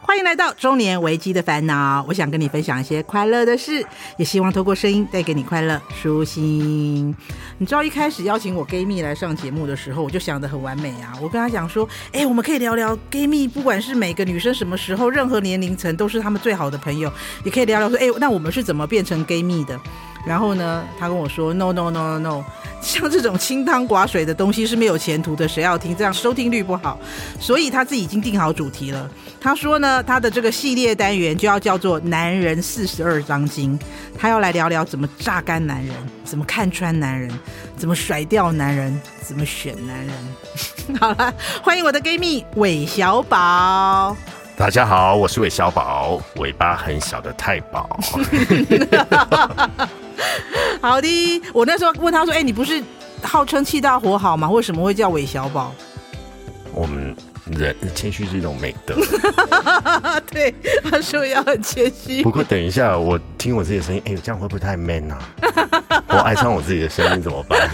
欢迎来到中年危机的烦恼。我想跟你分享一些快乐的事，也希望透过声音带给你快乐、舒心。你知道一开始邀请我 gay 蜜来上节目的时候，我就想的很完美啊。我跟他讲说，哎、我们可以聊聊 gay 蜜，不管是每个女生什么时候、任何年龄层，都是他们最好的朋友。也可以聊聊说，哎、那我们是怎么变成 gay 蜜的？然后呢，他跟我说，no no no no no，像 这种清汤寡水的东西是没有前途的，谁要听？这样收听率不好。所以他自己已经定好主题了。他说呢，他的这个系列单元就要叫做《男人四十二章经》，他要来聊聊怎么榨干男人，怎么看穿男人，怎么甩掉男人，怎么选男人。 好了，欢迎我的 gay 蜜韦小宝。大家好，我是韦小宝，尾巴很小的太保。 好的，我那时候问他说：“哎、你不是号称气大活好吗？为什么会叫韦小宝 我们人谦虚是一种美德。？”对，他说要很谦虚不。过等一下，我听我自己的声音，哎、呦，这样会不会太 man 啊？ 我爱上我自己的声音怎么办？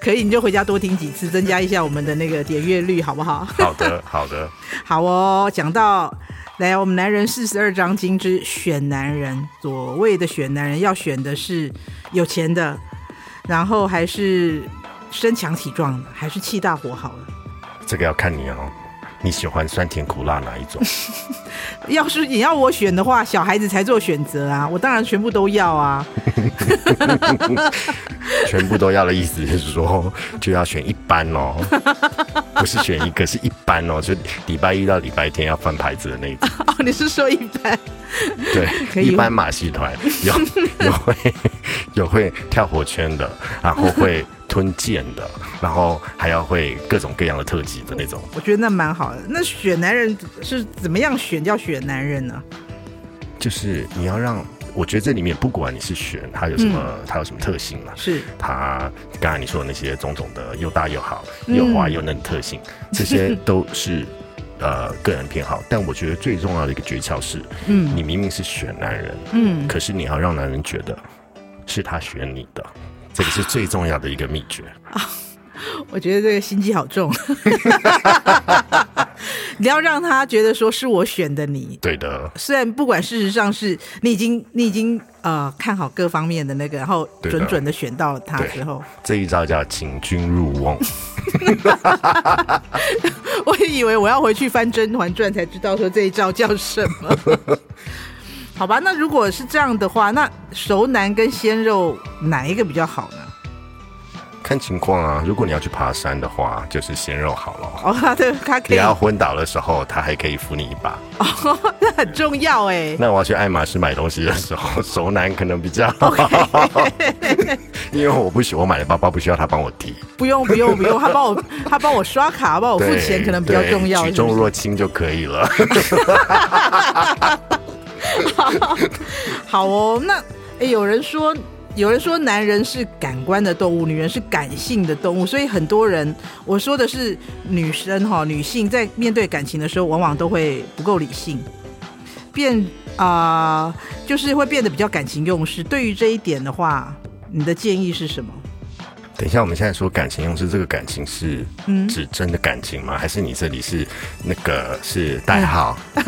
可以，你就回家多听几次，增加一下我们的那个点阅率，好不好？好的，好的。好哦，讲到来，我们男人四十二章经之选男人，所谓的选男人，要选的是有钱的，然后还是身强体壮的，还是气大活好了。这个要看你哦，你喜欢酸甜苦辣哪一种？要是你要我选的话，小孩子才做选择啊， 我当然全部都要啊。全部都要的意思是说， 就要选一班哦，不是选一个，是一班哦，就礼拜一到礼拜天要翻牌子的那一种。哦，你是说一般？ 可对，以一般马戏团有有会 有会跳火圈的，然后会吞剑的，然后还要会各种各样的特技的那种。我觉得那蛮好的。那选男人是怎么样选？叫选男人呢？就是你要让，我觉得这里面不管你是选它有什么，嗯它有什么特性啦、是它刚才你说的那些种种的又大又好、又嗯滑又嫩的特性，这些都是呃个人偏好。但我觉得最重要的一个诀窍是，嗯你明明是选男人，嗯，可是你要让男人觉得是他选你的，这个是最重要的一个秘诀。 我觉得这个心机好重。 你要让他觉得说是我选的你，对的，虽然不管事实上是你已经你已经呃看好各方面的那个，然后对的准准的选到了他对之后，这一招叫请君入瓮。 我也以为我要回去翻《甄嬛传》才知道说这一招叫什么。 好吧，那如果是这样的话，那熟男跟鲜肉哪一个比较好呢？看情况啊，如果你要去爬山的话，就是鲜肉好了。哦，他的他可你以要昏倒的时候，他还可以扶你一把。那很重要哎、那我要去爱马仕买东西的时候， 熟男可能 比较好， 因为我不喜我买的包包不需要他帮我提，不用不用不用，他帮我他帮我刷卡，帮我付对钱，可能比较对重要。举是不重是若轻就可以了。好哦，那诶有人说。有人说男人是感官的动物，女人是感性的动物，所以很多人我说的是女生哈，女性在面对感情的时候，往往都会不够理性，变啊、就是会变得比较感情用事。对于这一点的话，你的建议是什么？等一下，我们现在说感情用事，这个感情是嗯指真的感情吗？还是你这里是那个是代号？嗯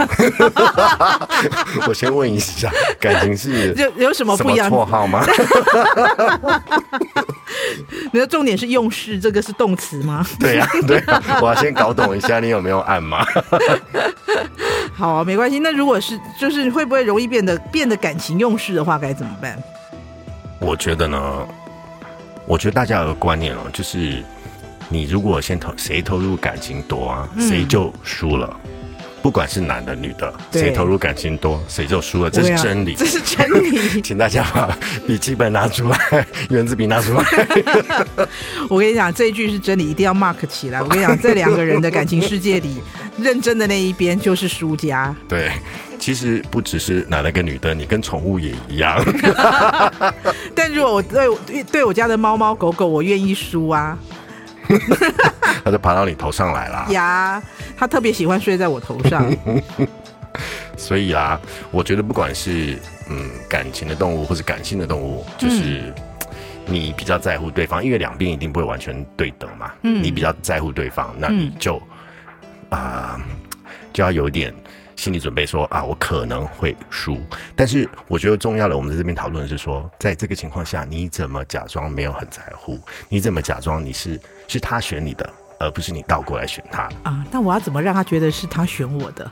我先问一下，感情是有有什么什不么一样？绰号 吗？你的重点是用事，这个是动词 吗？对呀、对、呀，我要先搞懂一下，你有没有按吗？好、啊，没关系。那如果是就是会不会容易变得变得感情用事的话，该怎么办？我觉得呢，我觉得大家有个观念哦，就是你如果先投谁投入感情多啊，嗯谁就输了。不管是男的女的，对谁投入感情多，谁就输了，这对是啊真理这。是真理。请大家把笔记本拿出来，原子笔拿出来。我跟你讲，这一句是真理，一定要 mark 起来。我跟你讲，在两个人的感情世界里，认真的那一边就是输家。对，其实不只是男的跟女的，你跟宠物也一样。但如果我对对对我家的猫猫狗狗，我愿意输啊它就爬到你头上来啦。呀！它特别喜欢睡在我头上。所以啦，我觉得不管是嗯感情的动物或是感性的动物，就是。你比较在乎对方，因为两边一定不会完全对等嘛。嗯，你比较在乎对方，那你就啊、就要有点心理准备说啊，我可能会输。但是我觉得重要的，我们在这边讨论的是说，在这个情况下，你怎么假装没有很在乎？你怎么假装你是是他选你的，而不是你倒过来选他？啊，那我要怎么让他觉得是他选我的？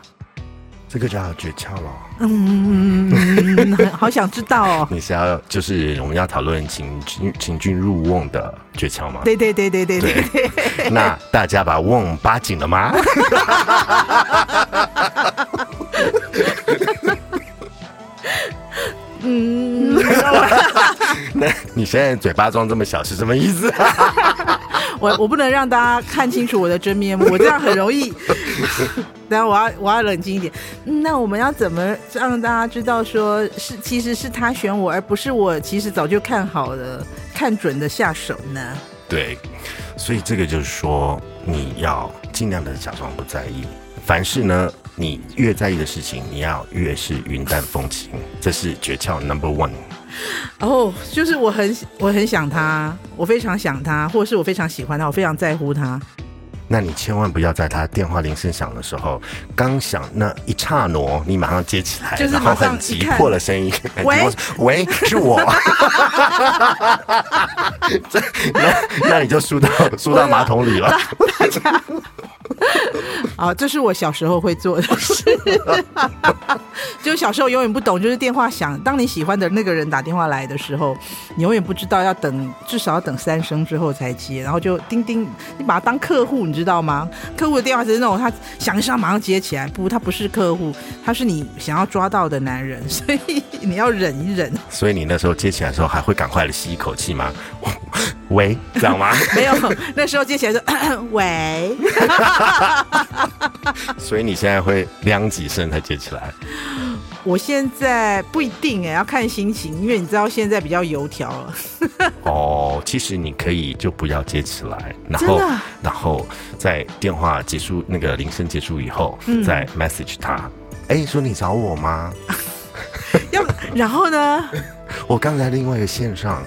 这个叫诀窍了。嗯，很好想知道哦。你是要就是我们要讨论请君请君入瓮的诀窍吗？对对对对对对， 那大家把瓮扒紧了吗？ 嗯， 那你现在嘴巴装这么小是什么意思、 啊？我我不能让大家看清楚我的真面目，我这样很容易。 但我要我要冷静一点。嗯那我们要怎么让大家知道说是其实是他选我，而不是我其实早就看好了、看准的下手呢？对，所以这个就是说，你要尽量的假装不在意。凡事呢，你越在意的事情，你要越是云淡风轻，这是诀窍 number one。哦，就是我很我很想他，我非常想他，或是我非常喜欢他，我非常在乎他。那你千万不要在他电话铃声响的时候，刚响那一刹那，你马上接起来，就是然马后上很一急看迫的声音，很喂急迫地说喂，是我。这那那你就输到输到马桶里了。啊，这是我小时候会做的事， 就小时候永远不懂，就是电话响，当你喜欢的那个人打电话来的时候，你永远不知道要等，至少要等三声之后才接，然后就叮叮，你把他当客户，你知道吗？客户的电话只是那种他响一下马上接起来，不，他不是客户，他是你想要抓到的男人， 所以你要忍一忍。 所以你那时候接起来的时候，还会赶快的吸一口气吗？ 喂，这样吗？ 没有，那时候接起来就 喂，所以你现在会量几声才接起来？我现在不一定哎、要看心情，因为你知道现在比较油条了。哦，其实你可以就不要接起来，然真后的啊然后在电话结束那个铃声结束以后，嗯再 message 他。哎，说你找我吗？要不然后呢？我刚才另外一个线上，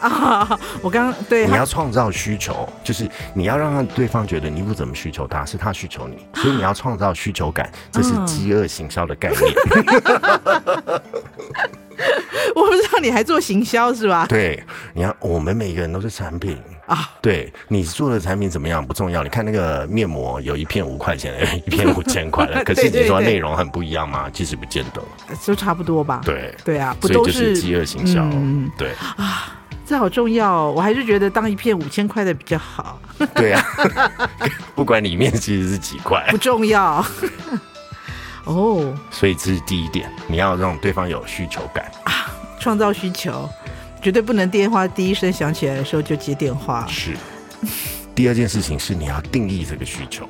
啊，我刚对你他要创造需求，就是你要让让对方觉得你不怎么需求他，是他需 求你，所以你要创造需求感，这是嗯饥饿行销的概念。 我不知道你还做行销是吧？对，你看，我们每个人都是产品啊。对你做的产品怎么样不重要，你看那个面膜有一片五块钱，有一片五千 块的，可是对你说对对内容很不一样吗？其实不见得。就差不多吧。对，对啊，不所以都就是饥饿行销。嗯，对，这好重要、哦，我还是觉得当一片五千块的比较好，对 啊， 不管里面其实是几块不，重要。 哦，所以这是第一点，你要让对方有需求感，创造需求，绝对不能电话第一声响起来的时候就接电话。是。第二件事情是你要定义这个需求。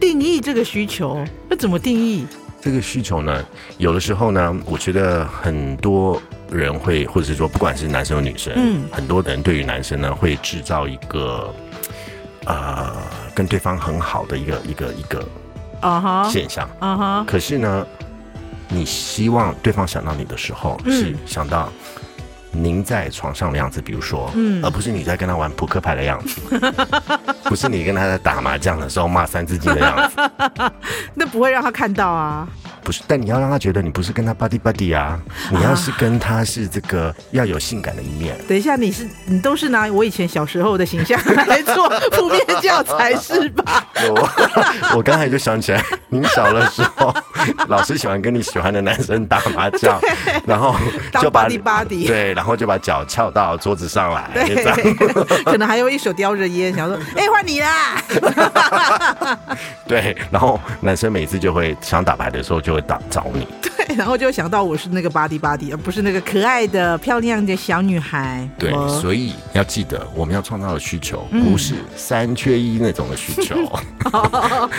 定义这个需求，那怎么定义？这个需求呢，有的时候呢，我觉得很多人会，或者是说，不管是男生或女生，嗯很多人对于男生呢，会制造一个，呃，跟对方很好的一个一个一个啊哈，现象。啊哈，可是呢，你希望对方想到你的时候，嗯是想到您在床上的样子，比如说，嗯而不是你在跟他玩扑克牌的样子， 不是你跟他在打麻将的时候骂三字经的样子。那不会让他看到啊。不是，但你要让他觉得你不是跟他 buddy buddy 啊，你要是跟他是这个要有性感的一 面。等一下，你是你都是拿我以前小时候的形象来做负面教材是吧？我我刚才就想起来，您小的时候，老师喜欢跟你喜欢的男生打麻 将，然后当就把 buddy buddy 对，然后就把脚翘到桌子上来，就这样。可能还有一手叼着烟，想说：“哎、换你啦 对，然后男生每次就会想打牌的时候就会打找你，！”对，然后就想到我是那个巴迪巴迪，而不是那个可爱的、漂亮的小女孩。对，我所以要记得我们要创造的需求嗯不是三缺一那种的需 求，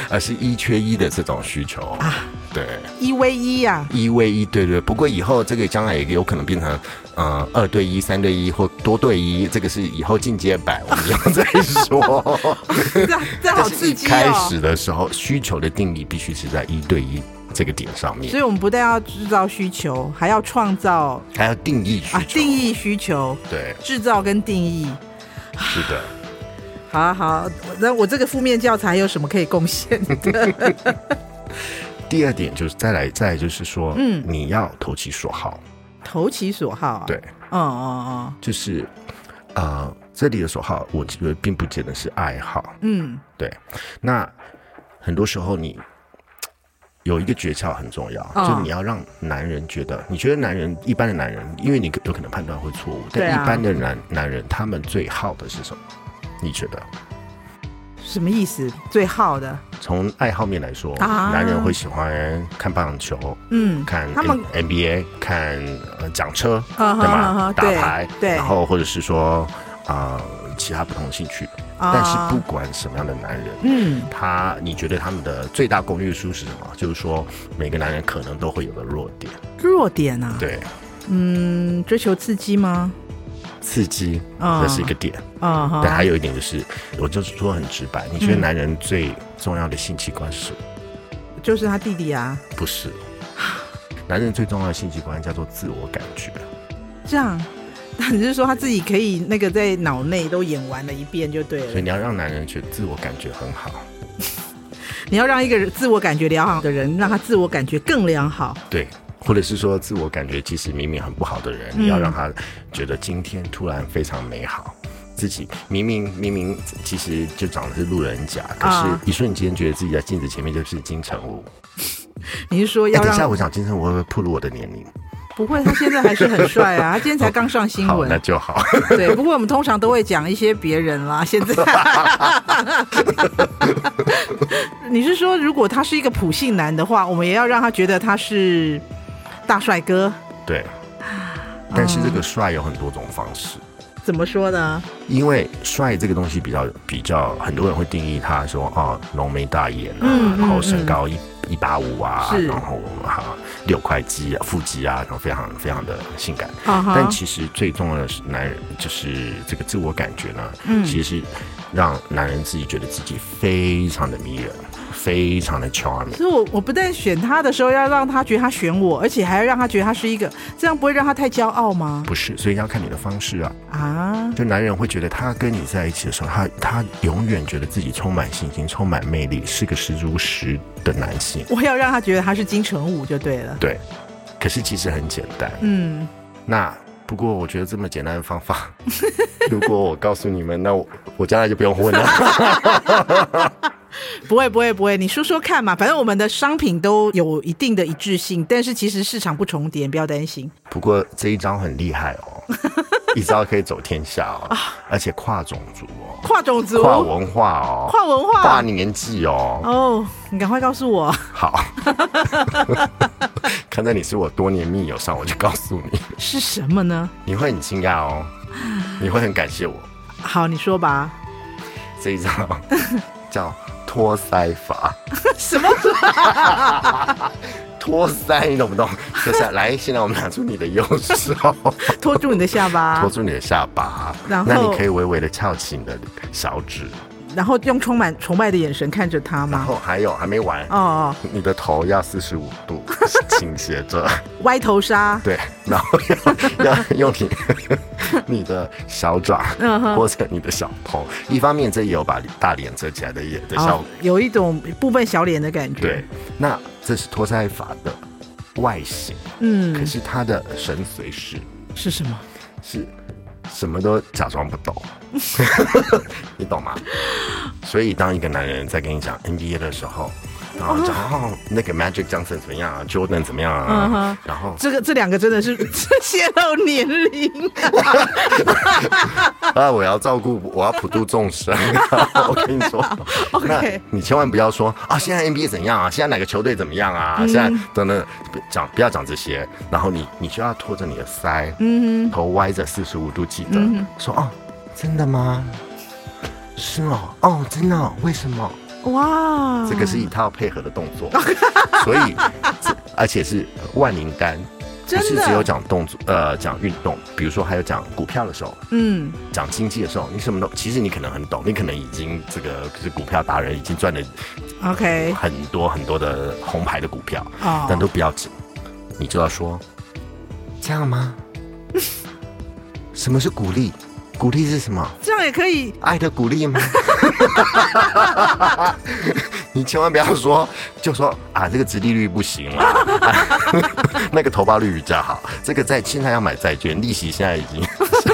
而是一缺一的这种需求啊对。一 v 一啊呀、一 v 一，对对。不过以后这个将来也有可能变成，呃，二对一、三对一或多对一，这个是以后进阶版，我们以后再 说。 这这但好是刺一激开哦！始的时候，需求的定义必须是在一对一这个点上面所，以我们不但要制造需求，还要创造还要定义需求。啊，定义需求，对，制造跟定义。是的。好啊好啊，我那我这个负面教材有什么可以贡献？第二点就是再来，再来就是说，嗯你要投其所好， 投其所好啊。对，哦哦哦，就是呃，这里的所好，我觉得并不见得是爱好。嗯对，那很多时候你有一个诀窍很重要，嗯就是你要让男人觉得，你觉得男人一般的男人，因为你有可能判断会错误，但对啊一般的男男人他们最好的是什么？你觉得？什么意思？最好的，从爱好面来说，啊男人会喜欢看棒球、嗯，看他们 N NBA、看呃讲车，啊对吗？打对牌，对，然后或者是说啊、呃其他不同的兴趣，啊但是不管什么样的男人，嗯，他，你觉得他们的最大公约数是什么？就是说，每个男人可能都会有的弱点，弱点啊，对，嗯，追求刺激吗？刺激，啊那是一个点。啊但哈，还有一点就是，我就是说很直白，你觉得男人最重要的性器官是什么？就是他弟弟啊，不是，男人最重要的性器官叫做自我感觉。这样。那你是说他自己可以那个在脑内都演完了一遍就对所以了？你要让男人觉得自我感觉很好，你要让一个人自我感觉良好的人，让他自我感觉更良好。对。或者是说，自我感觉其实明明很不好的嗯人，你要让他觉得今天突然非常美好。自己明明明明其实就长的是路人甲，可啊是一瞬间觉得自己在镜子前面就是金城武。你是说哎、要等一下，让？我讲金城武会不会暴露我的年龄？不会，他现在还是很帅啊，他今天才刚上新好，闻那。就好。 对，不过我们通常都会讲一些别人啦。 现在，你是说如果他是一个普信男的话，我们也要让他觉得他是大帅哥？对，但是这啊个帅有很多种方式。怎么说呢？因为帅这个东西比较比较，很多人会定义他说哦，浓眉大眼啊，嗯然后嗯身高一一八五啊，是然后哈、六块肌啊，腹肌啊，然后非常非常的性感。啊但哈，其实最重要的是，男人就是这个自我感觉呢，嗯其实是让男人自己觉得自己非常的迷人，非常的 charming。所以我我不但选他的时候要让他觉得他选我，而且还要让他觉得他是一个，这样不会让他太骄傲吗？不是，所以要看你的方式啊。啊，就男人会觉得他跟你在一起的时候，他他永远觉得自己充满信心，充满魅力，是个十足十的男性。我要让他觉得他是金城武就对了。对，可是其实很简单。嗯，那不过我觉得这么简单的方法， 如果我告诉你们，那我我将来就不用混 了。不会不会不会，你说说看嘛，反正我们的商品都有一定的一致性，但是其实市场不重叠，不要担心。不过这一招很厉害哦，一招可以走天下哦，啊而且跨种族哦，跨种族、跨文化哦，跨文化跨年纪哦。哦，你赶快告诉我，好， 看在你是我多年密友上，我就告诉你，是什么呢？你会很惊讶哦，你会很感谢我好，你说吧。 这一招叫托腮法。什么？托腮，你懂不懂？就是来，现在我们拿出你的右 手，拖住你的下托 巴，住你的下巴，然后啊那你可以微微的翘起你的小指，然后用充满崇拜的眼神看着他然吗？后还有还没完，哦哦，你的头要四十五度 倾斜着，哦歪头杀，对，然后要要用你 你的小爪嗯哼或者你的小头，一方面这也有把大脸遮起来的也的哦效果，，有一种部分小脸的感觉。对，，那这是托腮法的外形，可嗯，是它的神髓是。是什么？是什么都假装不 懂，你懂吗？所以当一个男人在跟你讲 NBA 的时候，然后讲哦那个 Magic Johnson 怎么样啊，Jordan 怎么样嗯哼啊，然后这个这两个真的是 泄露年龄，啊我要照顾，我要普度众 生。我跟你说 OK 那你千万不要说啊现在 NBA 怎样啊，现在哪个球队怎么样啊，嗯现在等等不讲不要讲这些，然后你你就要拖着你的腮，嗯，头歪着四十五度，记得、嗯说哦，真的吗？是哦，哦，真的哦、为什么？哇，这个是一套配合的动作，嗯 所以这而且是万灵丹，不真是的只有讲动作，呃，讲运动，比如说还有讲股票的时候，嗯，讲经济的时候，你什么都其实你可能很懂，你可能已经这个是股票达人，已经赚了 OK，很多很多的红牌的股票，哦但都不要紧，你就要说这样吗？ 什么是鼓励？鼓励是什么？这样也可以爱的鼓励吗？ 你千万不要说，就说啊，这个殖利率不行啦、啊 那个投报率比较好，这个在现在要买债券，利息现在已经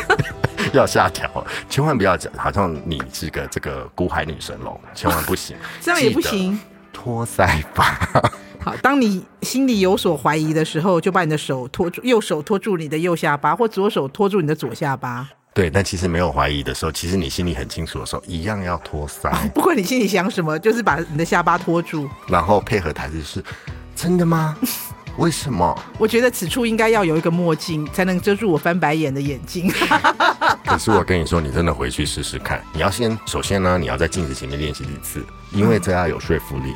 要下调了，千万不要讲，好像你是个这个股海女神龙，千万不行， 这样也不行。托腮吧，好，当你心里有所怀疑的时候，就把你的手托住，右手托住你的右下巴，或左手托住你的左下巴。对，但其实没有怀疑的时候，其实你心里很清楚的时候，一样要托腮， 不管你心里想什么，就是把你的下巴托住。然后配合台词是：真的吗？为什么？我觉得此处应该要有一个墨镜，才能遮住我翻白眼的眼睛。 可是我跟你说，你真的回去试试看。你要先，首先呢，你要在镜子前面练习几次，因为这要有说服力。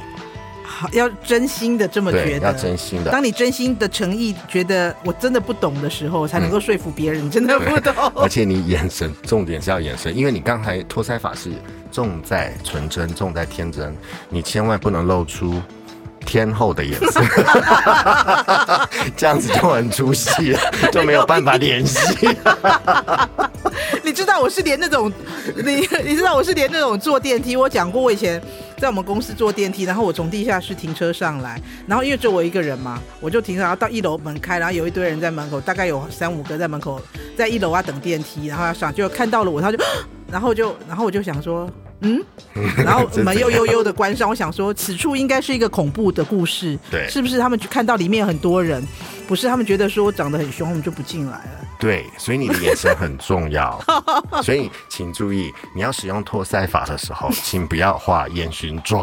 好，要真心的这么嗯觉对，要得。真心的。当你真心的诚意觉得我真的不懂的时候，才嗯能够说服别人，你真的不懂而。且你眼神，重点是要眼神，因为你刚才托腮法是重在纯真，重在天真，你千万不能露出天后的眼神， 这样子就很出戏了，就没有办法联系。你知道我是连那种， 你你知道我是连那种坐电梯，我讲过我以前在我们公司坐电梯，然后我从地下室停车上来，然后因为只有我一个人嘛，我就停，然后到一楼门开，然后有一堆人在门口，大概有三五个在门口，在一楼啊等电梯，然后要上，就看到了我，他就，然后就然后我就想说。嗯，然后这门怎又样悠悠的关上。我想说，此处应该是一个恐怖的故事，对是不是？他们就看到里面很多人，不是他们觉得说我长得很凶，我们就不进来了。 对，所以你的眼神很重要。所以请注意，你要使用托腮法的时候，请不要画烟熏妆，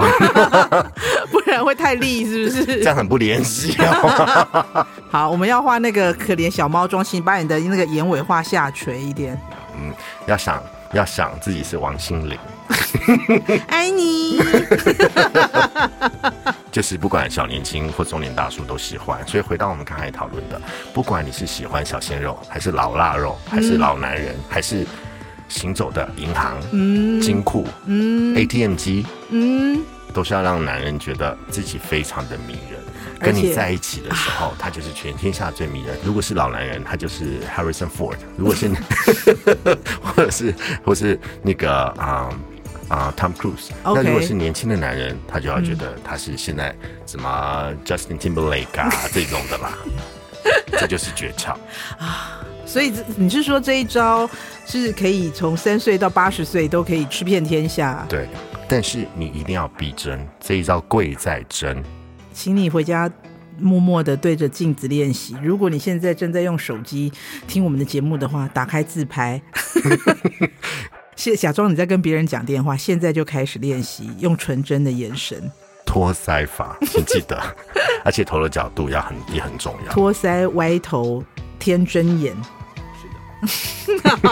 不然会太利，是不这是？样很不联系哦。好，我们要画那个可怜小猫装，请把你的那个眼尾画下垂一点。要想要想自己是王心凌，爱你，就是不管小年轻或中年大叔都喜欢。所以回到我们刚才讨论的，不管你是喜欢小鲜肉，还是老腊肉，还是老男人，还是行走的银行、嗯金库、嗯 ATM 机，嗯，都是要让男人觉得自己非常的迷人。而且跟你在一起的时候，他就是全天下最迷人。如果是老男人，他就是 Harrison Ford；如 果是，或者是，或是那个啊啊、Tom Cruise。 OK 嗯那如果是年轻的男人，他就要觉得他是现在什么 Justin Timberlake 啊这种的啦。这就是诀窍。所以这你是说这一招是可以从三岁到八十岁都可以吃遍天下？对，但是你一定要逼真，这一招贵在真。请你回家。默默的对着镜子练习。如果你现在正在用手机听我们的节目的话，打开自拍，现假装你在跟别人讲电话，现在就开始练习，用纯真的眼神。托腮法，请记得， 而且头的角度要很也很重要。托腮歪头，天真眼。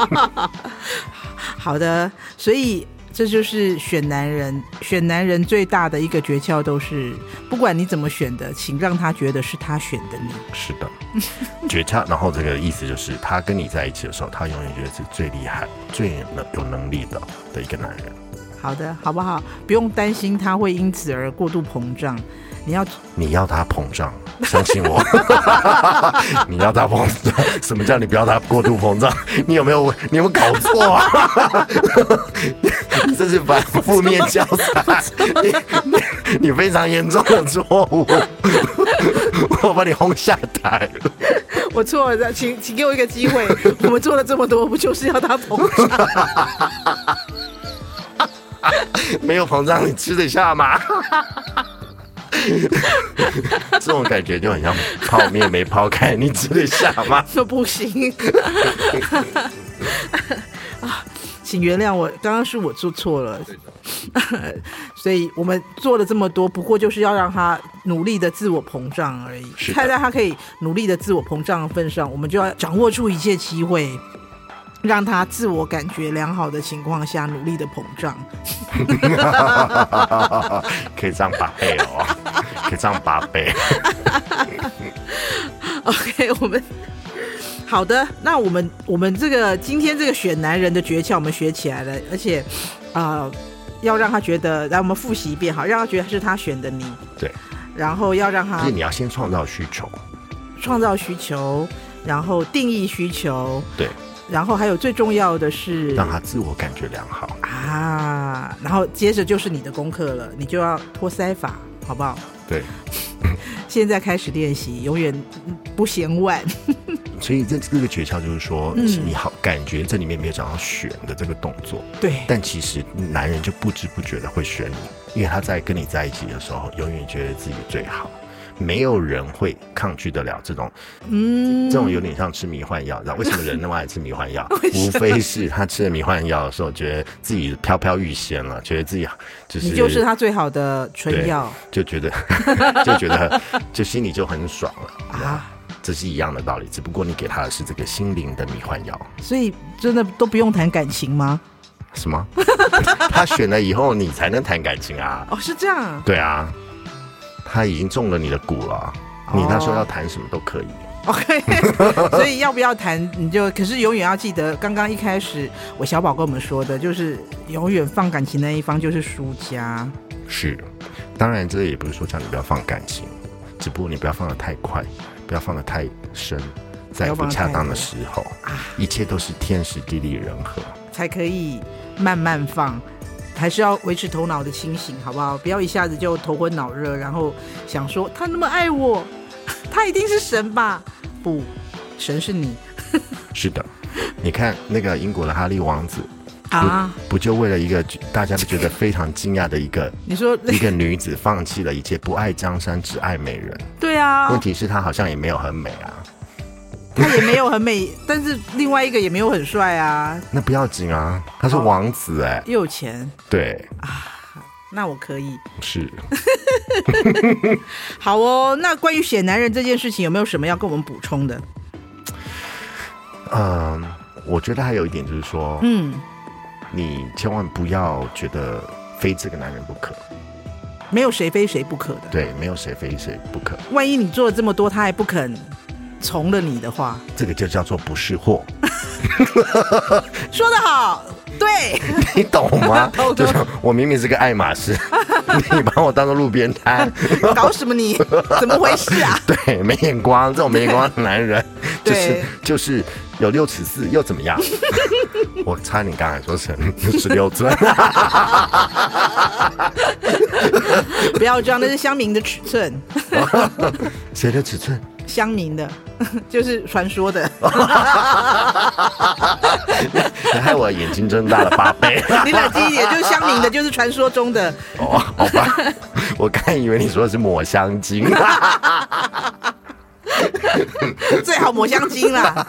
好的，所以这就是选男人，选男人最大的一个诀窍都是，不管你怎么选的，请让他觉得是他选的你。是的，诀窍。然后这个意思就是，他跟你在一起的时候，他永远觉得是最厉害、最能有能力的的一个男人。好的，好不好？不用担心他会因此而过度膨胀。你要你要他膨胀，相信我。 你要他膨胀，什么叫你不要他过度膨胀？你有没有你有没有搞错啊？ 这是反负面教材，你你你非常严重的错误，我把你轰下台了。我错了，请请给我一个机 会。我们做了这么多，不就是要他膨胀？没有膨胀，你吃得下吗？ 这种感觉就很像泡面没抛开，你吃得下吗？说不行。啊，请原谅我，刚刚是我做错了。所以我们做了这么多，不过就是要让他努力的自我膨胀而已。是的看在他可以努力的自我膨胀的份上，我们就要掌握住一切机会，让他自我感觉良好的情况下努力的膨胀。 可以涨八倍哦，可以涨八倍。 OK，我们好的，那我们我们这个今天这个选男人的诀窍我们学起来了，而且呃，要让他觉得，来我们复习一遍好，让他觉得是他选的你，对，然后要让就他是你要先创造需求，创造需求，然后定义需求，对，然后还有最重要的是让他自我感觉良好。啊，啊，然后接着就是你的功课了，你就要托腮法，好不好？对，现在开始练习，永远不嫌晚。所以这这个诀窍就是说，你好感觉这里面没有讲到选的这个动作，对，但其实男人就不知不觉的会选你，因为他在跟你在一起的时候，永远觉得自己最好，没有人会抗拒得了这种嗯，这种有点像吃迷幻药，你知道为什么人那么爱吃迷幻药 为？什么无非是他吃了迷幻药的时候，觉得自己飘飘欲仙了，觉得自己就是你就是他最好的春对药就 觉得就觉得就心里就很爽了。你知道啊，这是一样的道理，只不过你给他的是这个心灵的迷幻药，所以真的都不用谈感情吗？是吗？ 他选了以后，你才能谈感情啊。哦，是这样啊。对啊，他已经中了你的蛊了，你那时候哦要谈什么都可以。 OK，所 以要不要谈你就，可是永远要记得，刚刚一开始我小宝跟我们说的，就是永远放感情那一方就是输家。是，当然这也不是说叫你不要放感情，只不过你不要放得太快，不要放得太深，在不恰当的时候，一切都是天时地利人和。才可以慢慢放，还是要维持头脑的清醒，好不好？不要一下子就头昏脑热，然后想说他那么爱我， 他一定是神吧？不，神是你是的，你看那个英国的哈利王子，啊！不就为了一个大家都觉得非常惊讶的一 个你说 一个女子，放弃了一切，不爱江山，只爱美人。对啊问，题是，她好像也没有很美啊。他也没有很美，但是另外一个也没有很帅啊，那不要紧啊，他是王子哎、又有钱，对，那我可以。是。好哦，那关于选男人这件事情，有没有什么要跟我们补充的？嗯，我觉得还有一点就是说，嗯，你千万不要觉得非这个男人不可，没有谁非谁不可的。对，没有谁非谁不可，万一你做了这么多，他还不肯从了你的话，这个就叫做不 是货，说得好，对。 你懂吗？懂就是我明明是个爱 马仕，你把我当做路边摊，搞什么你？怎么回事啊？ 对，没眼光，这种没眼光的男人，就对是就是有六尺四又怎 么样？我差点刚才说成十六寸， 不要这样，那是乡民的尺寸，谁的尺寸？乡民的， 就是传说的。你害我眼睛睁大了八倍。你冷静一点，就是乡民的，就是传说中的。哦，好吧， 我刚以为你说的是抹香 鲸。最好抹香鲸啦。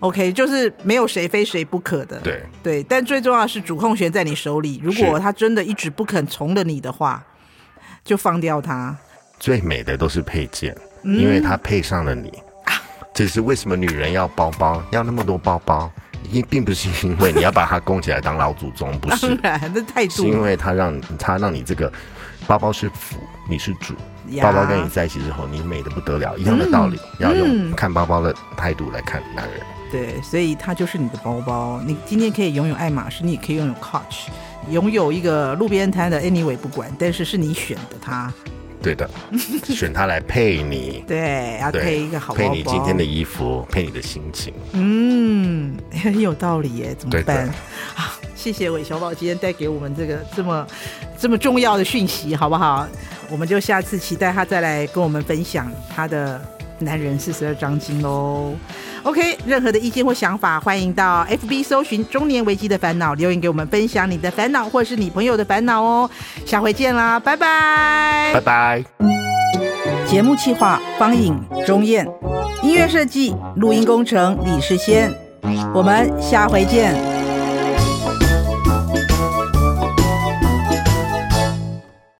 OK，就是没有谁非谁不可的。对对，但最重要的是主控权在你手里。如果是他真的一直不肯从了你的话，就放掉他。最美的都是配件，因为它配上了你。这是为什么女人要包包，要那么多包包？因并不是因为你要把它供起来当老祖宗，不 当是，然，那态是因度为它让它让你这个包包是辅，你是主。呀嗯包包跟你在一起之后，你美的不得了，一样的道理，要用看包包的态度来看男人。对，所以它就是你的包包。你今天可以拥有爱马仕，你也可以拥有 Coach，拥有一个路边摊的 Anyway 不管，但是是你选的它。对的，选它来配你，对，要对，配一个好包配包。你今天的衣服，配你的心情。嗯，很有道理耶，怎么对的办 啊？谢谢韦小宝今天带给我们这个这么这么重要的讯息，好不好？我们就下次期待他再来跟我们分享他的《男人四十二章经》喽。OK，任何的意见或想法，欢迎到 FB 搜寻“中年危机的烦恼”，留言给我们分享你的烦恼或是你朋友的烦恼哦。下回见啦，拜拜拜拜。节目企划方颖、钟燕，音乐设计、录音工程李世先。我们下回见。